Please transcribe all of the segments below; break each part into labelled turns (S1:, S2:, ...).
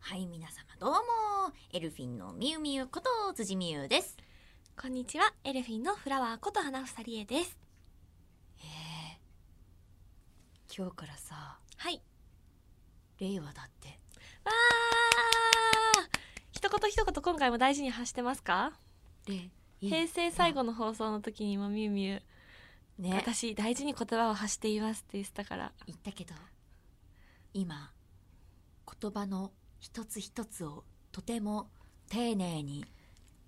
S1: はい、皆様どうも、エルフィンのみゆみゆこと辻みゆです。
S2: こんにちは、エルフィンのフラワーこと花ふさりえです。
S1: 今日からさ、
S2: はい。
S1: 令和だって。
S2: わー一言一言今回も大事に発してますか
S1: 令、
S2: 平成最後の放送の時にもみゆみゆ、
S1: ね、
S2: 私大事に言葉を発していますって言ってたから。
S1: 言ったけど、今、言葉の一つ一つをとても丁寧に。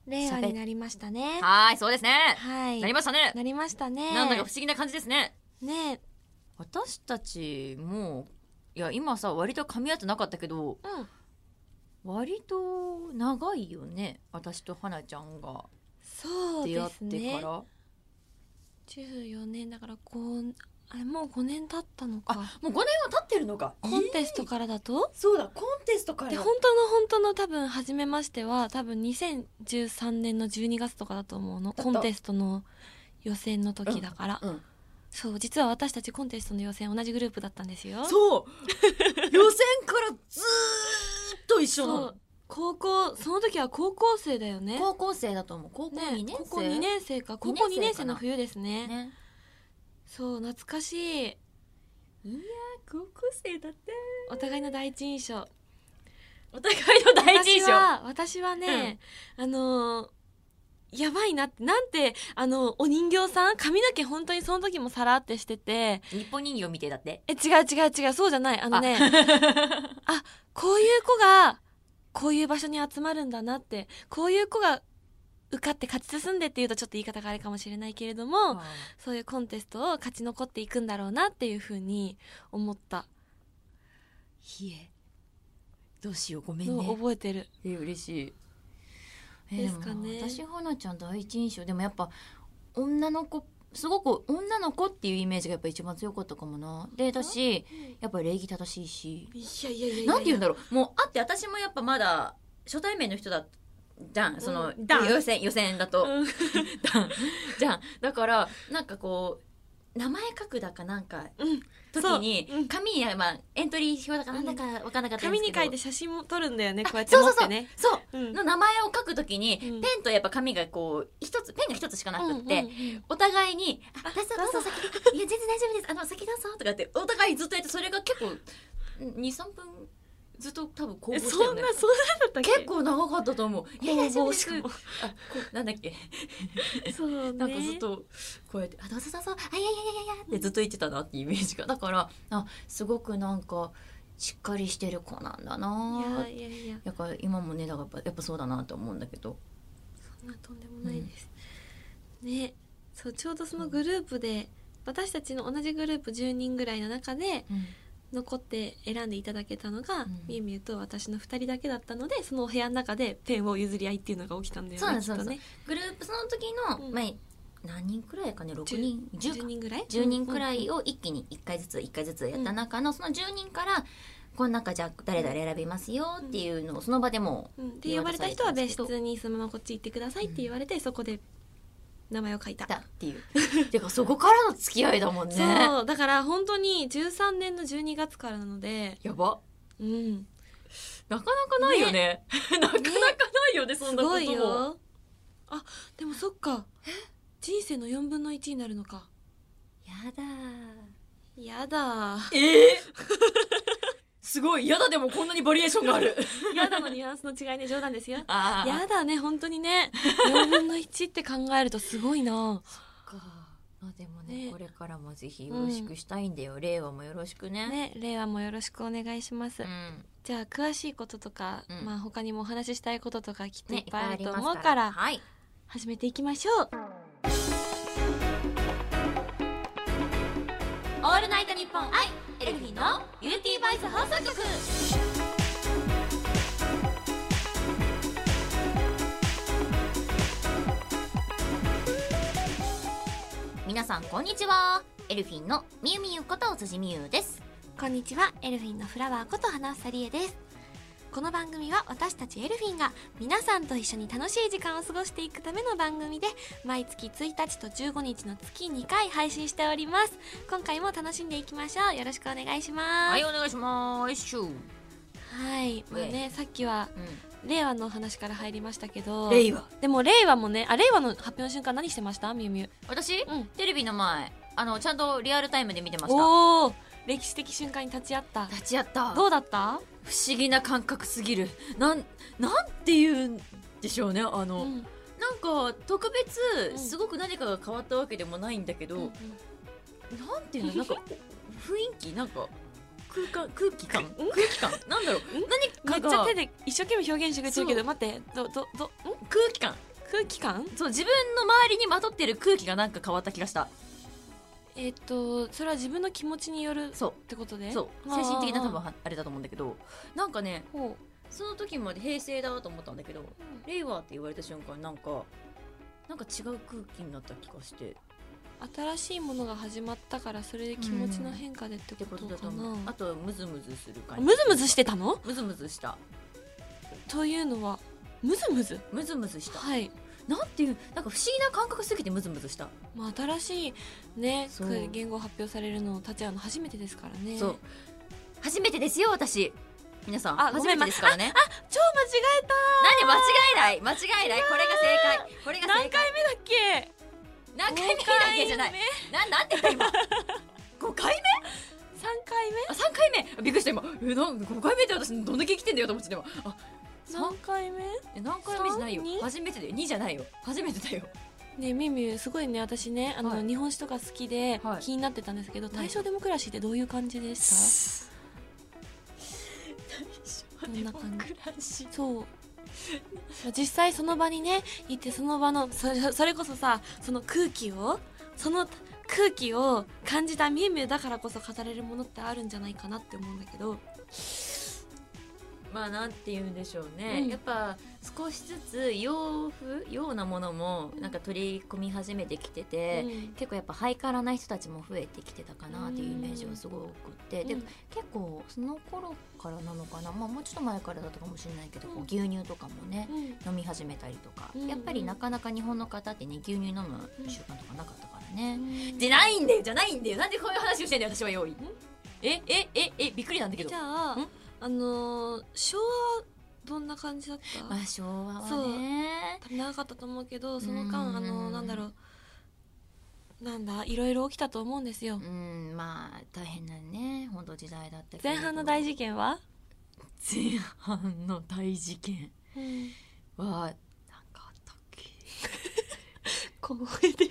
S2: 令和になりましたね。
S1: はーい、そうですね。
S2: はい。
S1: なりましたね。
S2: なりましたね。
S1: なんだか不思議な感じですね。
S2: ね
S1: 私たちも、いや、今さ、割と噛み合ってなかったけど、
S2: え。うん。
S1: 割と長いよね。私と花ちゃんが
S2: そう
S1: 出会
S2: で
S1: っ
S2: す
S1: て
S2: ね
S1: か。ら。
S2: 14年だから5、あれもう5年経ったのか。
S1: もう5年は経ってるのか。
S2: コンテストからだと
S1: そうだ、コンテストか
S2: で本当の本当の多分初めましては多分2013年の12月とかだと思うの
S1: った
S2: コンテストの予選の時だから、
S1: うん、
S2: そう実は私たちコンテストの予選同じグループだったんです よ
S1: そう予選からずーっと一緒な
S2: そ
S1: の
S2: う。高校その時は高校生だよね
S1: 高校生だと思う。高校
S2: ね
S1: 2年生。
S2: 高校2年生か高校2年生の冬ですね
S1: ね。
S2: そう懐かしい
S1: いやー、高校生だって。
S2: お互いの第一印象
S1: お互いの第一印
S2: 私
S1: 象。
S2: は私はね、あのーやばいなってなんてあのお人形さん髪の毛本当にその時もさらってしてて
S1: 日本人形みてえだって。
S2: え違う違う違うそうじゃないあの ねこういう子がこういう場所に集まるんだなってこういう子が受かって勝ち進んでっていうとちょっと言い方があれかもしれないけれ ども、そういうコンテストを勝ち残っていくんだろうなっていうふうに思った
S1: ひえ。どうしよう、ごめん
S2: のを
S1: ね。
S2: 覚えてる、
S1: え、嬉しい。え
S2: ですかね
S1: でも私、花ちゃん第一印象。でもやっぱ、女の子、すごく女の子っていうイメージがやっぱ一番強かったかもな。で、私、やっぱ礼儀正しいし。
S2: いやいやいやいや
S1: なんて言うんだろう。もう、あって、私もやっぱまだ、初対面の人だったじゃん。その、
S2: うんだん
S1: 予選、予選だと。
S2: うん
S1: だんじゃん。だから、なんかこう、名前書くだかなんか、
S2: うん
S1: 時に
S2: そうう、ん
S1: 紙に、まあ、エントリー表だかなんだかわかんなかったんで
S2: 紙
S1: すけ
S2: に
S1: ど
S2: 書いて写真も撮るんだよねこう
S1: あ
S2: やって
S1: そう
S2: 持
S1: そう
S2: っ
S1: そ
S2: て
S1: う。
S2: ね
S1: そう。
S2: うん
S1: の名前を書くときに、
S2: うん
S1: ペンとやっぱ紙がこう、一つ、ペンが一つしかなくって、
S2: うんうんうん
S1: お互いに「あ、どうぞ
S2: ど
S1: ど
S2: う
S1: う
S2: ぞ
S1: ぞ先いや全然大丈夫ですあの先どうぞ」とかってお互いずっとやってそれが結構23分ずっと多分
S2: え
S1: 交互した
S2: そ
S1: よ
S2: ん
S1: ね
S2: なそんなだったっけ
S1: 結構長かったと思う「いや大丈夫です」
S2: 工房し
S1: あこうなんだっけ
S2: そうね
S1: なんかずっとこうやって「あどうぞどうぞあいやいやいやいやいや」ってずっと言ってたなっていうイメージがだからあすごくなんかしっかりしてる子なんだない
S2: やいやいや
S1: だから今もねだからやっぱやっぱそうだなと思うんだけど
S2: そんなとんでもないです、ねそうちょうどそのグループで私たちの同じグループ10人ぐらいの中で残って選んでいただけたのが、
S1: うん
S2: みゆみゆと私の2人だけだったのでそのお部屋の中でペンを譲り合いっていうのが起きたんだよね
S1: そうなんです
S2: きっとね
S1: グループその時の、
S2: うん
S1: まあ何人くらいかね6人10
S2: 10
S1: か
S2: 人ぐらい
S1: 10人くらい
S2: を、
S1: を一気に1回ずつ1回ずつやった中のその10人からこの中じゃあ誰々選びますよっていうのをその場でも
S2: うんうんで呼ばれた人は別室にそのままこっち行ってくださいって言われて、そこで名前を書いた
S1: だって いうてかそこからの付き合いだもんね
S2: そうだから本当に13年の12月からなので
S1: やば
S2: うん
S1: なかなかないよね なかなかないよねそ
S2: す
S1: んなことも
S2: ごいよあでもそっか人生の4分の1になるのか
S1: やだ
S2: やだ
S1: ええ すごいやだでもこんなにバリエーションがある
S2: やだのニュアンスの違いね冗談 ですよ
S1: あ
S2: やだね本当に ね4分の1って考えるとすごいな
S1: かまあでもね
S2: ね
S1: これからもぜひよろしくしたいんだよ、令和もよろしくね
S2: ね令和もよろしくお願いします、
S1: うん
S2: じゃあ詳しいこととか、
S1: うん
S2: まあ他にもお話ししたいこととかきっとい
S1: ね
S2: っぱいあると
S1: いっぱいあります
S2: 思うから、
S1: はい
S2: 始めていきましょう
S1: オールナイトニッポン愛エルフィンのビューティーバイス放送局皆さんこんにちはエルフィンのみゆみゆこと辻みゆです
S2: こんにちはエルフィンのフラワーこと花房理恵ですこの番組は私たちエルフィンが皆さんと一緒に楽しい時間を過ごしていくための番組で毎月1日と15日の月2回配信しております今回も楽しんでいきましょうよろしくお願いします
S1: はいお願いします
S2: はいまあね、ねさっきは令和の話から入りましたけど
S1: レイは
S2: でも令和もねあ令和の発表の瞬間何してましたみゆみゆ
S1: 私、
S2: うん
S1: テレビの前あのちゃんとリアルタイムで見てました
S2: おお歴史的瞬間に立ち会った
S1: 立ち会った
S2: どうだった
S1: 不思議な感覚すぎるなんなんていうんでしょうねあの、
S2: うん
S1: なんか特
S2: うん
S1: 別すごく何かが変わったわけでもないんだけど、
S2: うん
S1: なんていうのなんか雰囲気なんか空間空気感空気感なんだろう
S2: め
S1: 何
S2: っ
S1: か
S2: ちゃ
S1: が
S2: 手で一生懸命表現してくれてるけ
S1: そ
S2: ど待ってどどどん
S1: 空気感
S2: 空気感
S1: そう自分の周りにまとってる空気がなんか変わった気がした
S2: えっとそれは自分の気持ちによるっ
S1: そ
S2: てこと
S1: う
S2: で
S1: そう
S2: あー
S1: 精神的な多分あれだと思うんだけどなんかね
S2: ほ
S1: その時まで平成だと思ったんだけど
S2: う
S1: 令和って言われた瞬間なんかなんか違う空気になった気がしてっ
S2: 新しいものが始まったからそれで気持ちの変化でって
S1: て
S2: こ
S1: こと
S2: と
S1: だと
S2: か
S1: 思うあ
S2: な
S1: とムズムズする感じ
S2: ムズムズしてたの
S1: ムズムズした
S2: というのはムズムズ
S1: ムズムズした
S2: はい、
S1: なんていうなんか不思議な感覚すぎてムズムズした
S2: まあ、新しいね
S1: そう
S2: く言語を発表されるの立ち会うの初めてですからね
S1: そう初めてですよ私皆さん
S2: あご
S1: 初め
S2: めん
S1: てですからね
S2: 超間違えた
S1: 何間違いない間違いないこれが正解これが正
S2: 何
S1: 解
S2: 回目だっけ
S1: 何回目だけじゃないななんて言った今5回目
S2: 3回目
S1: あ3回目あびっくりした今えなん5回目って私どんだけ生きてんだよと思ってた今あ
S2: 何回目
S1: え何回目じゃないよ
S2: 三二
S1: 初めてで2じゃないよ初めて だよ
S2: ねえみみゆすごいね私ねあの、
S1: はい
S2: 日本史とか好きで
S1: はい
S2: 気になってたんですけど、
S1: い
S2: 大正デモクラシーってどういう感じでした、
S1: ど
S2: どんな感じ
S1: じ
S2: そうまあ実際その場にね行ってその場のそれそれこそさその空気をその空気を感じたみゆみゆだからこそ語れるものってあるんじゃないかなって思うんだけど
S1: まあなんて言うんでしょうね、
S2: うん
S1: やっぱ少しずつ洋風ようなものもなんか取り込み始めてきてて、
S2: うん
S1: 結構やっぱハイカラな人たちも増えてきてたかなっていうイメージはすごくって、で
S2: う
S1: 結
S2: ん
S1: 構その頃からなのかな、まあ、もうちょっと前からだったかもしれないけど、こう
S2: うん
S1: 牛乳とかもね、
S2: うん
S1: 飲み始めたりとか、
S2: うん
S1: やっぱりなかなか日本の方ってね牛乳飲む習慣とかなかったからね、
S2: うん
S1: じゃないんだよじゃないんだよなんでこういう話をしてんだよ私は用意ええええびっくりなんだけど
S2: じゃあ
S1: ん
S2: あのー昭和はどんな感じだった、
S1: まあ昭和
S2: そう
S1: はね
S2: 多分長かったと思うけどその
S1: うん
S2: 間あのなんだろうなんだいろいろ起きたと思うんですよ
S1: うんまあ大変なね本当時代だったけれど
S2: 前半の大事件は、
S1: 前半の大事件
S2: うん、
S1: はなんかあったっけ
S2: 小声 で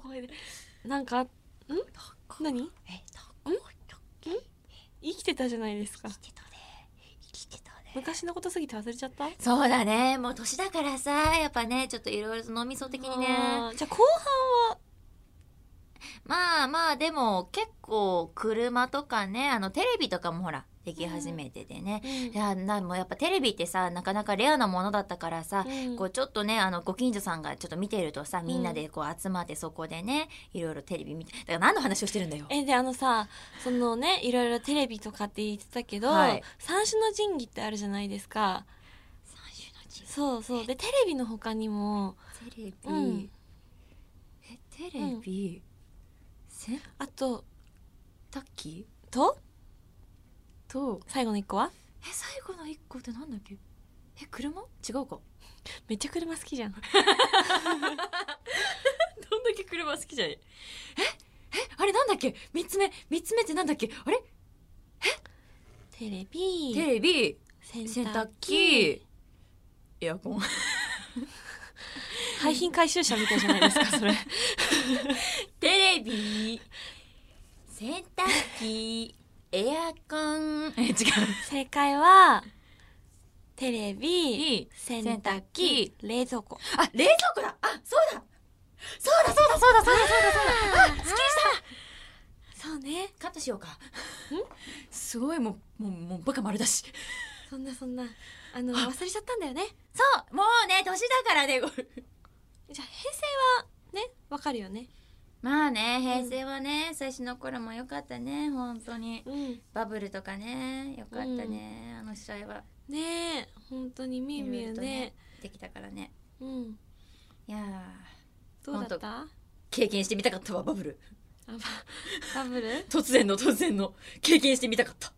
S2: 小声でなんかん何
S1: え
S2: ん生きてたじゃないですか
S1: 生きてたね生きてたね
S2: 昔のことすぎて忘れちゃった
S1: そうだねもう年だからさやっぱねちょっといろいろ脳みそ的にね
S2: あーじゃあ後半は
S1: まあまあでも結構車とかねあのテレビとかもほらでき始めててね、いやなもうやっぱテレビってさなかなかレアなものだったからさ、
S2: うん
S1: こうちょっとねあのご近所さんがちょっと見てるとさみんなでこう集まってそこでねいろいろテレビ見てだから何の話をしてるんだよ
S2: えであのさそのねいろいろテレビとかって言ってたけど、
S1: はい
S2: 三種の神器ってあるじゃないですか
S1: 三種の神
S2: そうそうでテレビの他にも
S1: 器テレビ、
S2: うん
S1: えテレビ、洗
S2: あと
S1: 濯機
S2: と
S1: と
S2: 最後の一個は
S1: え最後の一個ってなんだっけえ車違うか
S2: めっちゃ車好きじゃん。
S1: どんだけ車好きじゃいええあれなんだっけ三つ目三つ目ってなんだっけあれ
S2: テレビ、
S1: テレビ
S2: 洗
S1: 洗濯機エアコン
S2: 廃品回収車みたいじゃないですか、それ。
S1: テレビ洗濯機エアコンえ違う
S2: 正解は、テレビ、
S1: いい
S2: 洗
S1: 洗
S2: 濯
S1: 濯
S2: 機
S1: 機、
S2: 冷蔵庫。
S1: あ冷蔵庫だあそうだそうだそうだそうだそうだそうだそうだあすっきりしたそうねカットしようかすごいもうもうもうバカ丸だし
S2: そんなそんな、あの、忘れちゃったんだよね。
S1: そうもうね年だからねこれ
S2: じゃあ、平成は、ね、わかるよね。
S1: まあね平成はね、最初の頃も良かったね本当に
S2: うん。
S1: バブルとかね良かったね、あの時代は
S2: ねえ、本当にみゆみゆ
S1: いろいろと
S2: ね
S1: ね。できたからね
S2: うん。
S1: いやー
S2: どうだったあ
S1: 経験してみたかったわバブル
S2: ババブル
S1: 突然の突然の経験してみたかった
S2: ね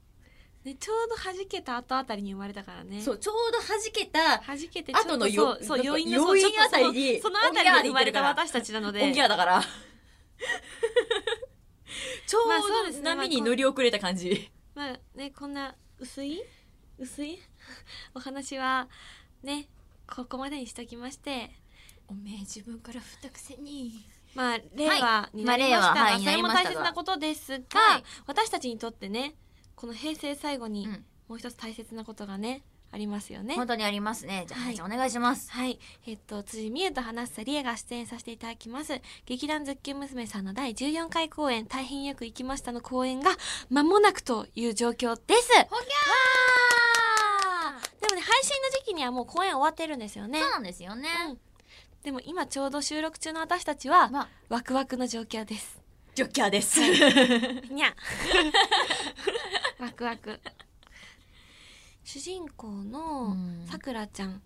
S2: ね、ちょうど弾けた後あたりに生まれたからね。
S1: そうちょうど弾けた
S2: 弾けてちょっと
S1: 後のよ
S2: そうそう
S1: なんか
S2: 余韻のそう
S1: 余韻
S2: ちょっとその
S1: あたりに
S2: そのあたりに生まれた私たちなので
S1: オンギャーだから ちょ
S2: まあそうで
S1: う
S2: す
S1: ど
S2: ね
S1: 波に乗り遅れた感じ、
S2: まあねこんな薄い薄い お話はねここまでにしときまして
S1: おめえ自分から振ったくせに
S2: まあ令和になりましたが、
S1: まあ令和はい
S2: そ
S1: な
S2: れも大切
S1: りました
S2: な
S1: が
S2: ことですが、
S1: はい
S2: 私たちにとってねこの平成最後に
S1: うん
S2: もう一つ大切なことがねありますよね。
S1: 本当にありますねじゃあ、
S2: はい
S1: じゃあお願いします
S2: はい。えっと、辻美優と話すリエが出演させていただきます。劇団ズッキュン娘さんの第14回公演、大変よく行きましたの公演が、間もなくという状況です。
S1: ほぎゃー
S2: でもね、配信の時期にはもう公演終わってるんですよね。
S1: そうなんですよね、
S2: うんでも今ちょうど収録中の私たちは、
S1: まあ
S2: ワクワクの状況です。
S1: ジョッキャーです
S2: にゃワクワク。主人公の
S1: うん
S2: さくらちゃん、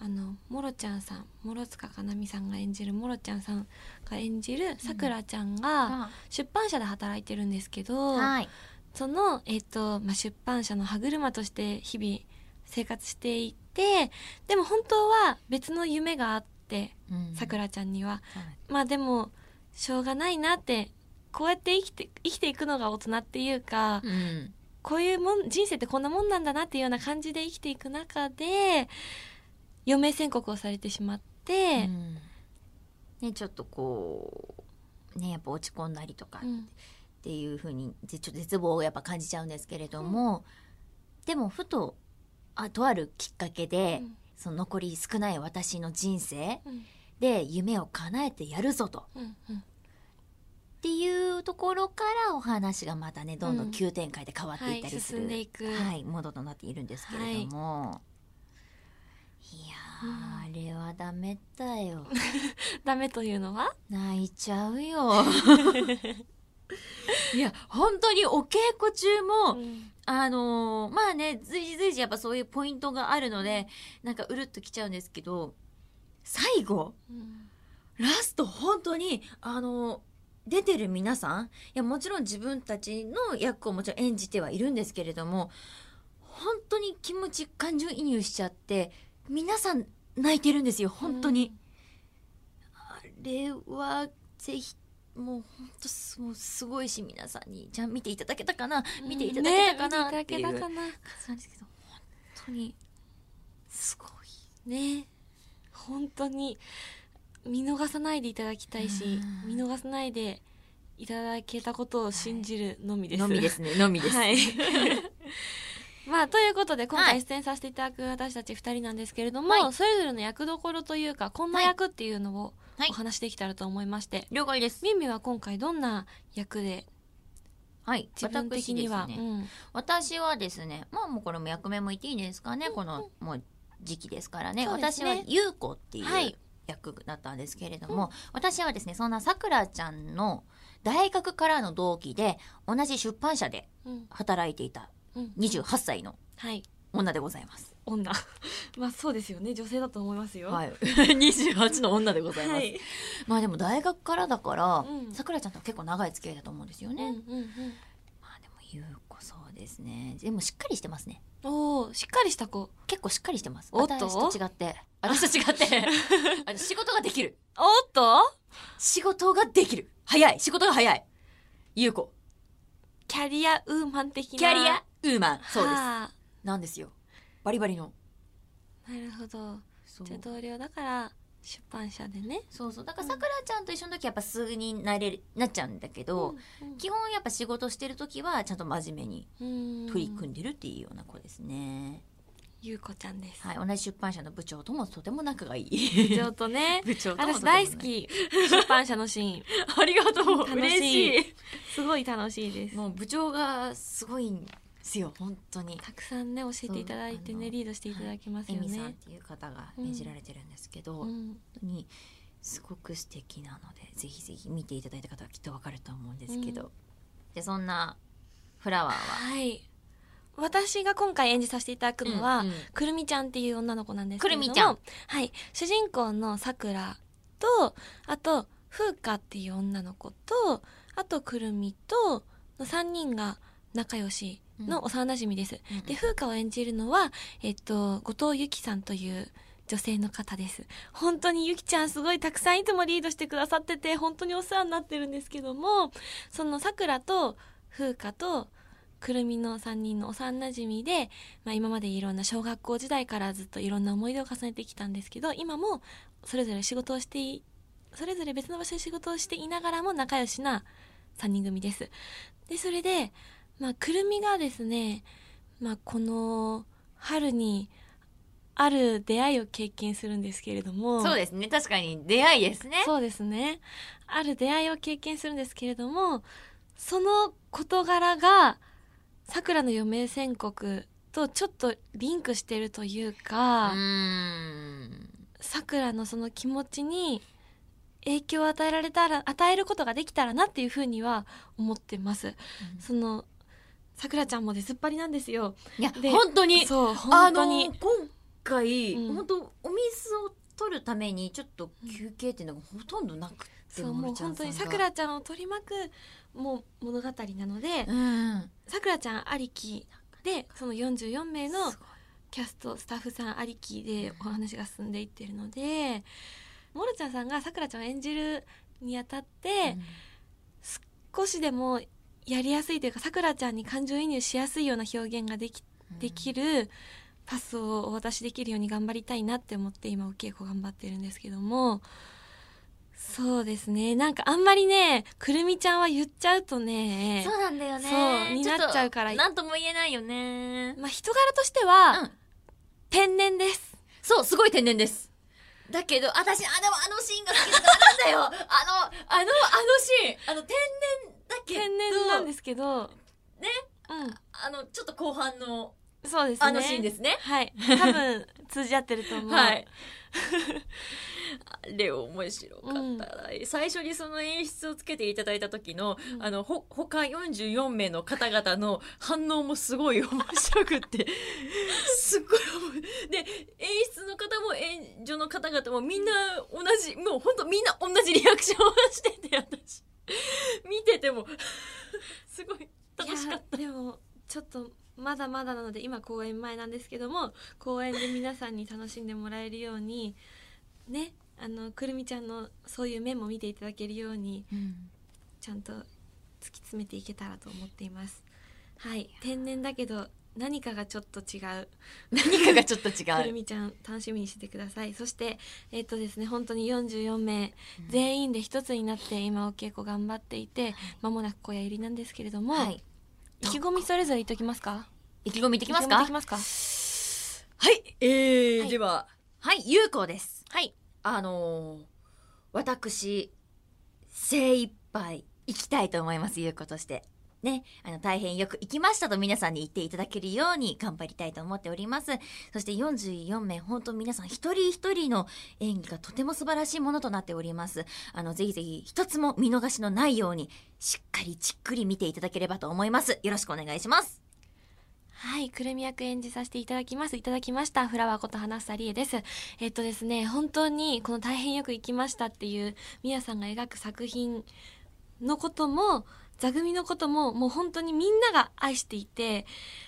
S2: あのもろちゃんさん諸塚かなみさんが演じるもろちゃんさんが演じるさくらちゃんが出版社で働いてるんですけど、
S1: はい
S2: その、えっとまあ、出版社の歯車として日々生活していてでも本当は別の夢があってさく
S1: ら
S2: らちゃんには。まあでもしょうがないなってこうやって生きて生きていくのが大人っていうか、
S1: うん
S2: こういうもん人生ってこんなもんなんだなっていうような感じで生きていく中で余命宣告をされてしまって、
S1: ねちょっとこうねやっぱ落ち込んだりとか
S2: う
S1: っ
S2: ん
S1: ていうふうにでちょっと絶望をやっぱ感じちゃうんですけれども、でもふとあとあるきっかけで、
S2: うん
S1: その残り少ない私の人生
S2: うん
S1: で夢を叶えてやるぞと
S2: うんうん
S1: っていうところからお話がまたねどんど
S2: うん
S1: ん急展開で変わっていった
S2: は
S1: り
S2: い
S1: する、
S2: 進んでいく
S1: はいものとなっているんですけれども、い、やー、あれはダメだ よ
S2: ダメというのは
S1: 泣いちゃうよ いや本当にお稽古中も、
S2: うん
S1: あのーまあね随時随時やっぱそういうポイントがあるのでなんかうるっときちゃうんですけど最後
S2: うん
S1: ラスト本当にあの出てる皆さんいやもちろん自分たちの役をもちろん演じてはいるんですけれども本当に気持ち感情移入しちゃって皆さん泣いてるんですよ本当に、あれはぜひもう本当すもうすごいし皆さんにじゃあ見ていただけたかな見ていただけたかな
S2: ね
S1: っていう
S2: 見てい
S1: 感じ
S2: ただけたかな
S1: なんですけど本当にすごい
S2: ね本当に見逃さないでいただきたいし
S1: うん
S2: 見逃さないでいただけたことを信じるのみです、
S1: のみですねのみです、
S2: はい。まあ、ということで、今
S1: は
S2: 回
S1: い
S2: 出演させていただく私たち二人なんですけれども、
S1: はい
S2: それぞれの役どころというか、こんな
S1: はい
S2: 役っていうのを
S1: はい
S2: お話しできたらと思いまして、
S1: 了解です
S2: ミミは今回どんな役で、
S1: はい
S2: 自分的に
S1: 私
S2: は、
S1: ですね
S2: うん
S1: 私はですねまあもうこれも役名も言っていいんですかね、このもう時期ですからね
S2: そうです
S1: 私
S2: ね
S1: は優子ってい
S2: はいう
S1: 役だったんですけれども、私はですねそんなさくらちゃんの大学からの同期で同じ出版社で
S2: うん、
S1: 働いていた
S2: うん、
S1: 28歳の
S2: はい、
S1: 女でございます。
S2: 女。 まあ、そうですよね、女性だと思いますよ。
S1: はい、28の女でございます、
S2: はい
S1: まあでも大学からだから
S2: うん
S1: さくらちゃんとは結構長い付き合いだと思うんですよ
S2: うん
S1: ね、
S2: うん
S1: まあでも優子そうですねでもしっかりしてますね
S2: うん、おお、しっかりした子。
S1: 結構しっかりしてます。
S2: おっと
S1: 私と違って。私と違 って。あの仕事ができる。
S2: おっと
S1: 仕事ができる。早い。仕事が早い。優子。
S2: キャリアウーマン的な。
S1: キャリア、ウーマン。そうです。
S2: はあ
S1: なんですよ。バリバリの。
S2: なるほど。
S1: そう
S2: じゃあ同僚だから、出版社でね。
S1: そうそう。だからさくらちゃんと一緒の時はやっぱすぐになれる、なっちゃうんだけど、
S2: うんうん
S1: 基本やっぱ仕事してる時はちゃんと真面目に取
S2: 取
S1: り組んでるっていうような子ですね。
S2: ゆうこちゃんです。
S1: はい。同じ出版社の部長ともとても仲がい
S2: 部
S1: い。。
S2: 長とね
S1: 部長ともと
S2: 私
S1: ても仲がい
S2: 大
S1: い
S2: 好。き。出版社のシーン。
S1: ありがとう。
S2: 楽しい
S1: 嬉しい。
S2: すごい楽しいです。
S1: もう部長がすごいんですよ本当に
S2: たくさんね、教えていただい
S1: そ
S2: て
S1: うあ
S2: ね、
S1: の
S2: リードしていただきます
S1: エ
S2: よ
S1: ミさんっ
S2: ね。
S1: ていう方が演じられてるんですけど、
S2: う
S1: 本
S2: ん
S1: 当にすごく素敵なのでぜひぜひ見ていただいた方はきっとわかると思うんですけど、
S2: うん
S1: でそんなフラワーは
S2: はい。私が今回演じさせていただくのは
S1: うんうん、
S2: くるみちゃんっていう女の子なんですけれども。
S1: くるみちゃん。
S2: はい。主人公のさくらと、あと、風花っていう女の子と、あとくるみと、の3人が仲良しの幼馴染です。
S1: うん
S2: で、風花を演じるのは、えっと、後藤由紀さんという女性の方です。本当に由紀ちゃんすごいたくさんいつもリードしてくださってて、本当にお世話になってるんですけども、その桜と風花とくるみの3人の幼馴染で、まあ今までいろんな小学校時代からずっといろんな思い出を重ねてきたんですけど、今もそれぞれ仕事をしてい、それぞれ別の場所で仕事をしていながらも仲良しな3人組です。で、それで、まあ、くるみがですね、まあ、この春にある出会いを経験するんですけれども
S1: そうですね確かに出会いですね
S2: そうですねある出会いを経験するんですけれどもその事柄がさくらの余命宣告とちょっとリンクしてるという
S1: う
S2: か
S1: ーん
S2: さくらのその気持ちに影響を与えられたら与えることができたらなっていうふうには思ってます。そのさくらちゃんも出ずっぱりなんですよ。
S1: いや
S2: で
S1: 本当に
S2: そう本当
S1: あ
S2: に
S1: の今回、
S2: うん
S1: 本当お水を取るためにちょっと休憩っていうのがほとんどなくて
S2: そうもう本当にさく、らちゃんを取り巻くもう物語なので
S1: 森ちゃんさんが
S2: さくらちゃんありきでその44名
S1: うん、
S2: の
S1: すごい
S2: キャストスタッフさんありきでお話が進んでいってるのでもろちゃんさんがさくらちゃんを演じるにあたって
S1: うん
S2: 少しでもやりやすいというかさくらちゃんに感情移入しやすいような表現ができできるパスをお渡しできるように頑張りたいなって思って今お稽古頑張ってるんですけどもそうですねなんかあんまりねくるみちゃんは言っちゃうとね
S1: そうなんだよね
S2: そうになっちゃうから
S1: ょとなんとも言えないよね
S2: まあ人柄としては、
S1: うん
S2: 天然です
S1: そうすごい天然ですだけど私あでもあのシーンが好きだから なんだよあのあのあのシーンあの天然だけど
S2: 天然なんですけど
S1: ね
S2: う
S1: あのちょっと後半の
S2: んそうですね
S1: あのシーンですすね
S2: はい多分通じ合ってると思う、
S1: はい。 あれ面白かったな、最初にその演出をつけていただいた時の、
S2: うん
S1: あのほ他44名の方々の反応もすごい面白くって すっごい面白いで演出の方も演女の方々もみんな同じもう本当みんな同じリアクションをしてて私見てても すごい楽しかった。
S2: いやでもちょっとまだまだなので今公演前なんですけども公演で皆さんに楽しんでもらえるようにねあのくるみちゃんのそういう面も見ていただけるようにちゃんと突き詰めていけたらと思っていますはい天然だけど何かがちょっと違う
S1: 何かがちょっと違
S2: くる
S1: う。
S2: みちゃん楽しみにしててくださいそしてえっ、とですね本当に44名全員で一つになって今お稽古頑張っていて間もなく小屋入りなんですけれども、
S1: はい、
S2: 意気込みそれぞれ言っときますか
S1: 意気込みでき
S2: で
S1: ますか
S2: できますか
S1: はい、えー
S2: はい
S1: では、はい、ゆうこうです。
S2: はい。
S1: あのー私、精一杯生きたいと思います、ゆうことして。ね、あの、大変よく行きましたと皆さんに言っていただけるように頑張りたいと思っております。そして44名、本当皆さん一人一人の演技がとても素晴らしいものとなっております。あの、ぜひぜひ一つも見逃しのないように、しっかりじっくり見ていただければと思います。よろしくお願いします。
S2: はい、くるみ役演じさせていただきます。いただきました。フラワーこと花さりえです。えっとですね、本当にこの大変よく行きましたっていう、みやさんが描く作品のことも、座組のことも、もう本当にみんなが愛していて、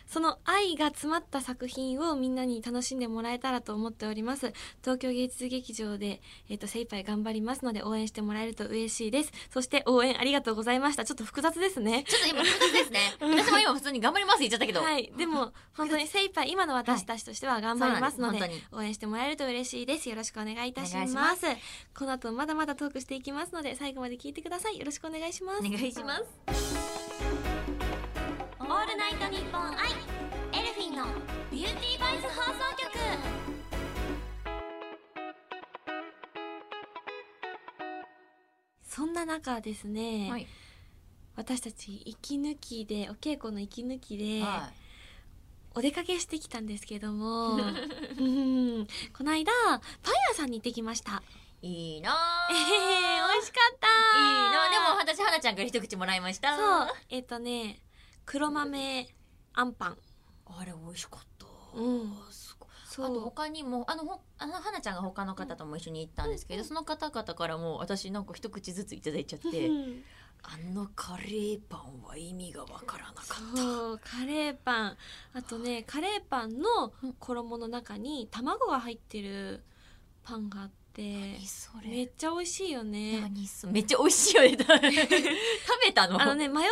S2: その愛が詰まった作品をみんなに楽しんでもらえたらと思っております。東京芸術劇場で、えっと、精一杯頑張りますので応援してもらえると嬉しいです。そして応援ありがとうございました。ちょっと複雑ですね。
S1: ちょっと今、複雑です ね。私も今普通に頑張ります言っちゃったけど。
S2: はい、でも本当に精一杯今の私たちとしては頑張りますので,、
S1: そうなんです
S2: 応援してもらえると嬉しいですよろしくお願いいたします
S1: お願い
S2: この後まだまだトークしていきますので最後まで聞いてくださいよろしくお願いします
S1: お願いします
S3: オールナイトニッポンアイエルフィンのビューティーバイス放送局
S2: そんな中ですね、
S1: はい
S2: 私たち息抜きでお稽古の息抜きで、
S1: は
S2: お出かけしてきたんですけ どもうんこの間パン屋さんに行ってきました
S1: い、いいな
S2: え
S1: ぁ
S2: へへ美味しかった
S1: いいなぁでも私花ちゃんから一口もらいました
S2: そうえっ、とね黒豆あんパン
S1: あれ美味しかった
S2: うん
S1: すごい
S2: そ
S1: あと
S2: う
S1: 他にもあのほあの花ちゃんが他の方とも一緒に行ったんですけど、その方々からも私なんか一口ずついただいちゃって
S2: うん
S1: あのカレーパンは意味がわからなかった
S2: そうカレーパンあとねカレーパンの衣の中に卵が入ってるパンがあって
S1: 何そ
S2: め
S1: れ
S2: っちゃ美味しいよね
S1: 何それめっちゃ美味しいよね食べたの
S2: あのね迷っ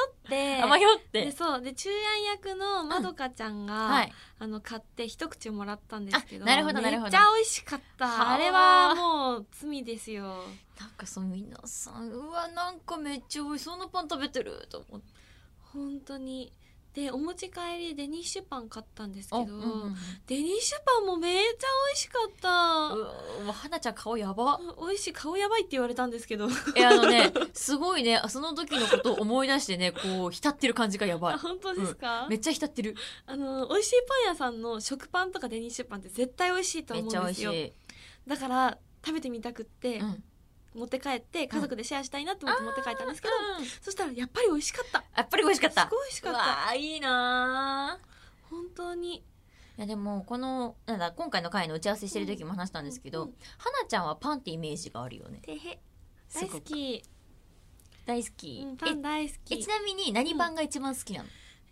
S2: て
S1: あ迷って
S2: でそうで中安役のまどかちゃんが、
S1: はい
S2: あの買って一口もらったんですけど
S1: あなるほどなるほど
S2: めっちゃ美味しかった
S1: はあ
S2: あれはもう罪ですよ
S1: なんかそう皆さんうわなんかめっちゃ美味しそうなパン食べてると思って
S2: 本当にでお持ち帰りでデニッシュパン買ったんですけど、
S1: うんうんうん
S2: デニッシュパンもめっちゃ美味しかった
S1: うわうわ花ちゃん顔や ば
S2: 美味しい顔やばいって言われたんですけど
S1: えあの ねすごいねあその時のことを思い出してねこう浸ってる感じがやばい
S2: あ本当ですか、
S1: めっちゃ浸ってる
S2: あの美味しいパン屋さんの食パンとかデニッシュパンって絶対美味しいと
S1: めっ
S2: 思
S1: ちゃ
S2: うん
S1: 美味
S2: です
S1: し
S2: よ
S1: い、
S2: だから食べてみたくって、
S1: うん、
S2: 持って帰って家族でシェアしたいなと思って持って帰ったんですけど、そしたらやっぱり美味しかった
S1: やっぱり美味しかった
S2: すごい美味しかっ
S1: う
S2: た
S1: わーいいなー
S2: 本当に
S1: いやでもこのなんだ今回の回の打ち合わせしてる時も話したんですけど、
S2: うんうん
S1: 花ちゃんはパンってイメージがあるよね
S2: てへ
S1: す
S2: 大
S1: ご
S2: 好
S1: く
S2: き、
S1: 大好き、
S2: うん、パン大好
S1: ええ
S2: き
S1: ちなみに何パンが一番好きな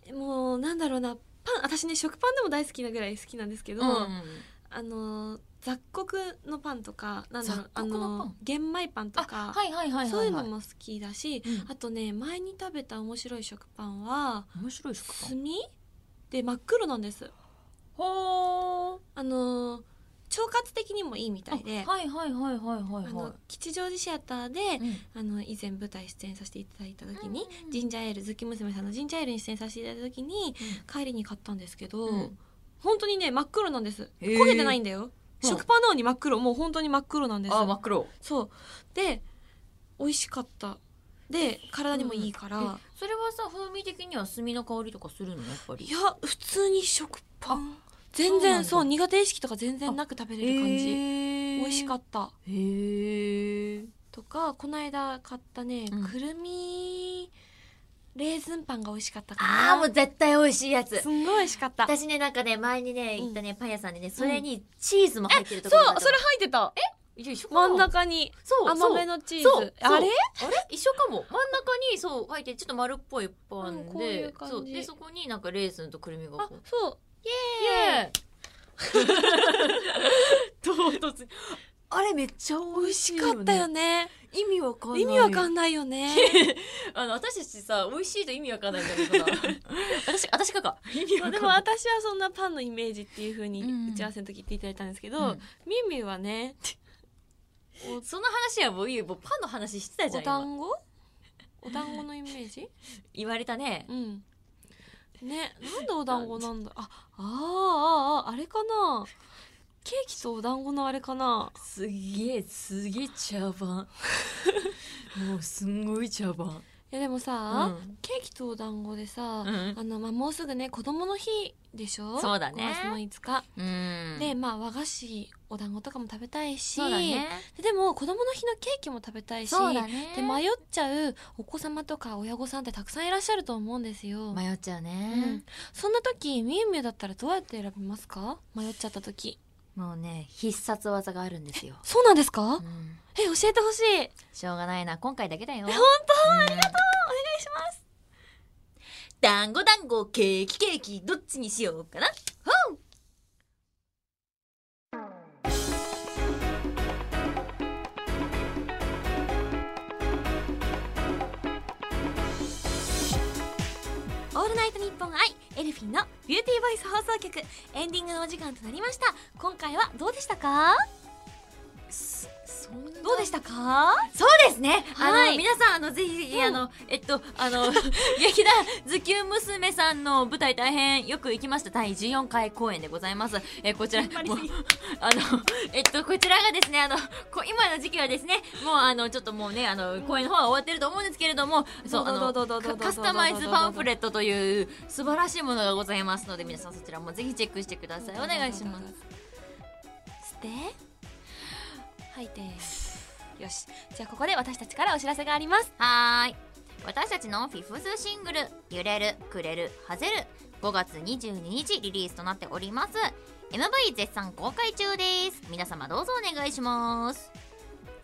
S1: の、
S2: もうなんだろうなパン私ね食パンでも大好きなぐらい好きなんですけど、あの雑穀のパンとかなんだろう
S1: 雑
S2: あ
S1: 穀のパン
S2: の玄米パンとか、
S1: あはいはいはいはい、はい、
S2: そういうのも好きだし、
S1: うん
S2: あとね前に食べた面白い食パンは
S1: 面白い食パン
S2: 炭で真っ黒なんです
S1: ほー
S2: あのー腸活的にもいいみたいで
S1: あはいはいはいはいはい
S2: あ
S1: は
S2: の吉祥寺シアターで、
S1: いうん
S2: あの以前舞台出演させていただいた時に、
S1: うん
S2: ジンジャーエールズキ娘さんのジンジャーエールに出演させていただいた時に帰りに買ったんですけど、
S1: うん
S2: 本当にね真っ黒なんです
S1: へー
S2: 焦げてないんだよ
S1: うん
S2: 食パンなのに真っ黒もう本当に真っ黒なんです
S1: あ真っ黒
S2: そうで美味しかったで体にもいいから、
S1: えそれはさ風味的には炭の香りとかするのやっぱり
S2: いや普通に食パン全然
S1: そ
S2: そう
S1: な
S2: う苦手意識とか全然なく食べれる感じ、美
S1: 美
S2: 味しか
S1: っ
S2: った
S1: たへー
S2: とかこの間買ったね、
S1: うん
S2: くるみレーズンパンが美味しかったかな
S1: あーもう絶対美味しいやつ
S2: すんごい美味しかった
S1: 私ねなんかね前にね
S2: うん
S1: 行ったねパン屋さんでねそれにチーズも入ってるとこ
S2: そう
S1: ろ
S2: それ入ってた
S1: れ一緒かも
S2: 真ん中に
S1: そう
S2: 甘め
S1: の
S2: のチーズ
S1: そうそう
S2: あ
S1: あ
S2: れ
S1: れ一緒かも真ん中にそう入ってるちょっと丸っぽいパ
S2: うん
S1: ン
S2: こうい
S1: で
S2: う感じ
S1: そうでそこになんかレーズンとくるみが
S2: あ
S1: こう
S2: そう
S1: ええ 唐突にあれめっちゃ
S2: 美味しかったよ
S1: ね
S2: ね
S1: 意味わかんない
S2: 意味わか
S1: ん
S2: んない よね
S1: あの私たちさ美味しいと意味わかんないんだけどさ私私かか意味
S2: まあでも私はそんなパンのイメージっていう風に
S1: うん
S2: 打ち合わせの時言っていただいたんですけど、
S1: うん
S2: ミンミンはね
S1: その話はもういいよもうパンの話してたじゃ
S2: お
S1: ん今
S2: 団子お団子のイメージ
S1: 言われたね
S2: うんねなんでお団子なんだああーあーあーあれかなケーキとお団子のあれかな
S1: すげえすげえ茶番もうすんごい茶番
S2: いやでも
S1: う
S2: さ、
S1: ん
S2: ケーキとお団子でさ、
S1: うん
S2: あのまあ、もうすぐね子供の日でしょ
S1: そうだね
S2: 5月の5日、
S1: うん
S2: でまあ和菓子お団子とかも食べたいし
S1: そうだね
S2: ででも子供の日のケーキも食べたいし
S1: そうだね
S2: で迷っちゃうお子様とか親御さんってたくさんいらっしゃると思うんですよ、
S1: 迷っちゃう
S2: う
S1: ね、
S2: ん、そんな時みゆみゆだったらどうやって選びますか迷っちゃった時
S1: もうね必殺技があるん ですよ、
S2: そうなんですか
S1: うん
S2: え教えてほしいお願い
S1: しょうがないな今回だ けだよ
S2: え
S1: 本
S2: 当
S1: ありがとう
S2: します
S1: 団子団子ケーキケーキどっちにしようかな
S3: オールナイトニッポン愛エルフィンのビューティーボイス放送局エンディングのお時間となりました今回はどうでしたか
S1: そん
S3: どうでしたか
S1: そうですね、あ
S3: は
S1: の
S3: い
S1: 皆さんあのぜひぜひ、あのえっとあの劇団ズキュン娘さんの舞台大変よく行きました第14回公演でございますえこちらもうあのえっとこちらがですねあのこ今の時期はですねもうあのちょっともうねあの公演の方は終わってると思うんですけれどもそうあ
S2: どう
S1: の
S2: ぞどうぞどうぞどうぞ
S1: カカスタマイズパンフレットという素晴らしいものがございますので皆さんそちらもぜひチェックしてくださいお願いします
S2: して吐いてよしじゃあここで私たちからお知らせがあります
S1: はーい私たちのフィフスシングル「揺れるくれるはぜる」5月22日リリースとなっております MV 絶賛公開中です皆様どうぞお願いします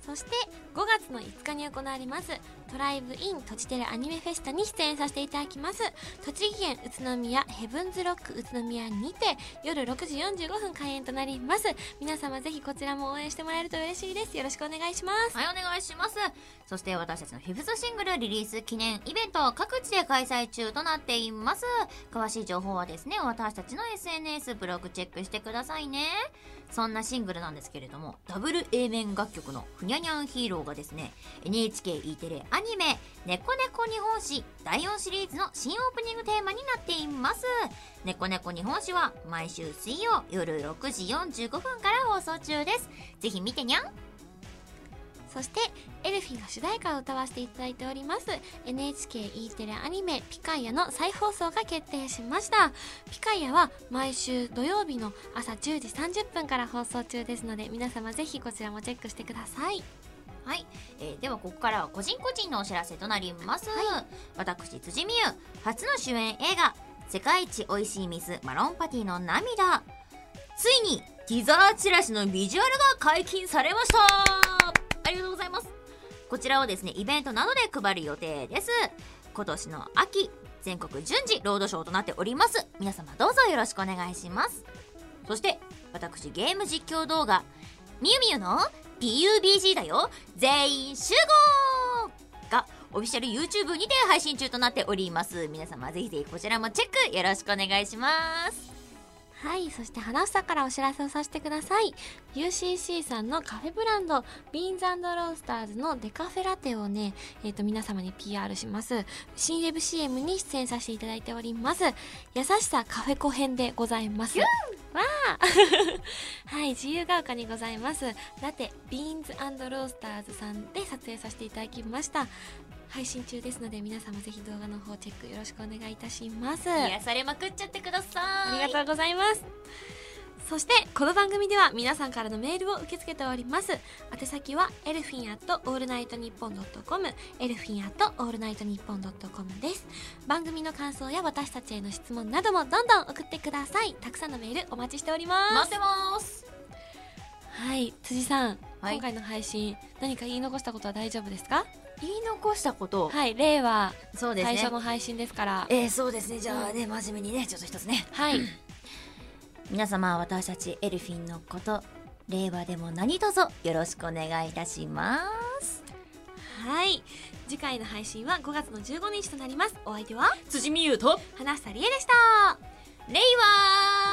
S2: そして5月の5日に行われますトライブインとちてるアニメフェスタに出演させていただきます栃木県宇都宮ヘブンズロック宇都宮にて夜6時45分開演となります皆様ぜひこちらも応援してもらえると嬉しいですよろしくお願いします
S1: はい、お願いします。そして私たちのフィフスシングルリリース記念イベントを各地で開催中となっています。詳しい情報はですね、私たちの SNS ブログチェックしてくださいね。そんなシングルなんですけれども、ダブル A 面楽曲のふにゃにゃんヒーローがですね、NHKE テレアニメ、ねこねこ日本史第4シリーズの新オープニングテーマになっています。ねこねこ日本史は毎週水曜夜6時45分から放送中です。ぜひ見てにゃん
S2: そしてエルフィーが主題歌を歌わせていただいております NHKE テレアニメ「ピカイア」の再放送が決定しましたピカイアは毎週土曜日の朝10時30分から放送中ですので皆様ぜひこちらもチェックしてください
S1: はい、えーではここからは個人個人のお知らせとなります、私辻美優初の主演映画「世界一おいしい水マロンパティの涙」ついにティザーチラシのビジュアルが解禁されましたありがとうございますこちらをですねイベントなどで配る予定です今年の秋全国順次ロードショーとなっております皆様どうぞよろしくお願いしますそして私ゲーム実況動画みゆみゆの PUBG だよ全員集合がオフィシャル YouTube にて配信中となっております皆様ぜひぜひこちらもチェックよろしくお願いします
S2: はいそして花房からお知らせをさせてください UCC さんのカフェブランドビーンズロースターズのデカフェラテをね、えっと皆様に PR します新ウェブ CM に出演させていただいております優しさカフェコ編でございますわあ はい自由が丘にございますラテビーンズロースターズさんで撮影させていただきました配信中ですので皆様ぜひ動画の方チェックよろしくお願いいたします
S1: 癒されまくっちゃってください
S2: ありがとうございます。そして、この番組では皆さんからのメールを受け付けております。宛先は、エルフィンアットオールナイトニッポンドットコム、エルフィンアットオールナイトニッポンドットコムです。番組の感想や私たちへの質問などもどんどん送ってください。たくさんのメールお待ちしておりま
S1: 待っ
S2: す。
S1: てます
S2: はい、辻さん、
S1: はい
S2: 今回の配信、何か言い残したことは大丈夫ですか
S1: 言い残したこと、
S2: はい、令和
S1: そうです
S2: 最
S1: ね
S2: 初の配信ですから。
S1: えー、そうですねじゃあね、真面目にねちょっと一つね
S2: はい、
S1: 皆様私たちエルフィンのこと令和でも何卒よろしくお願いいたします
S2: はい。次回の配信は5月の15日となります。お相手は、
S1: 辻美優と
S2: 花房理恵でした。
S1: 令和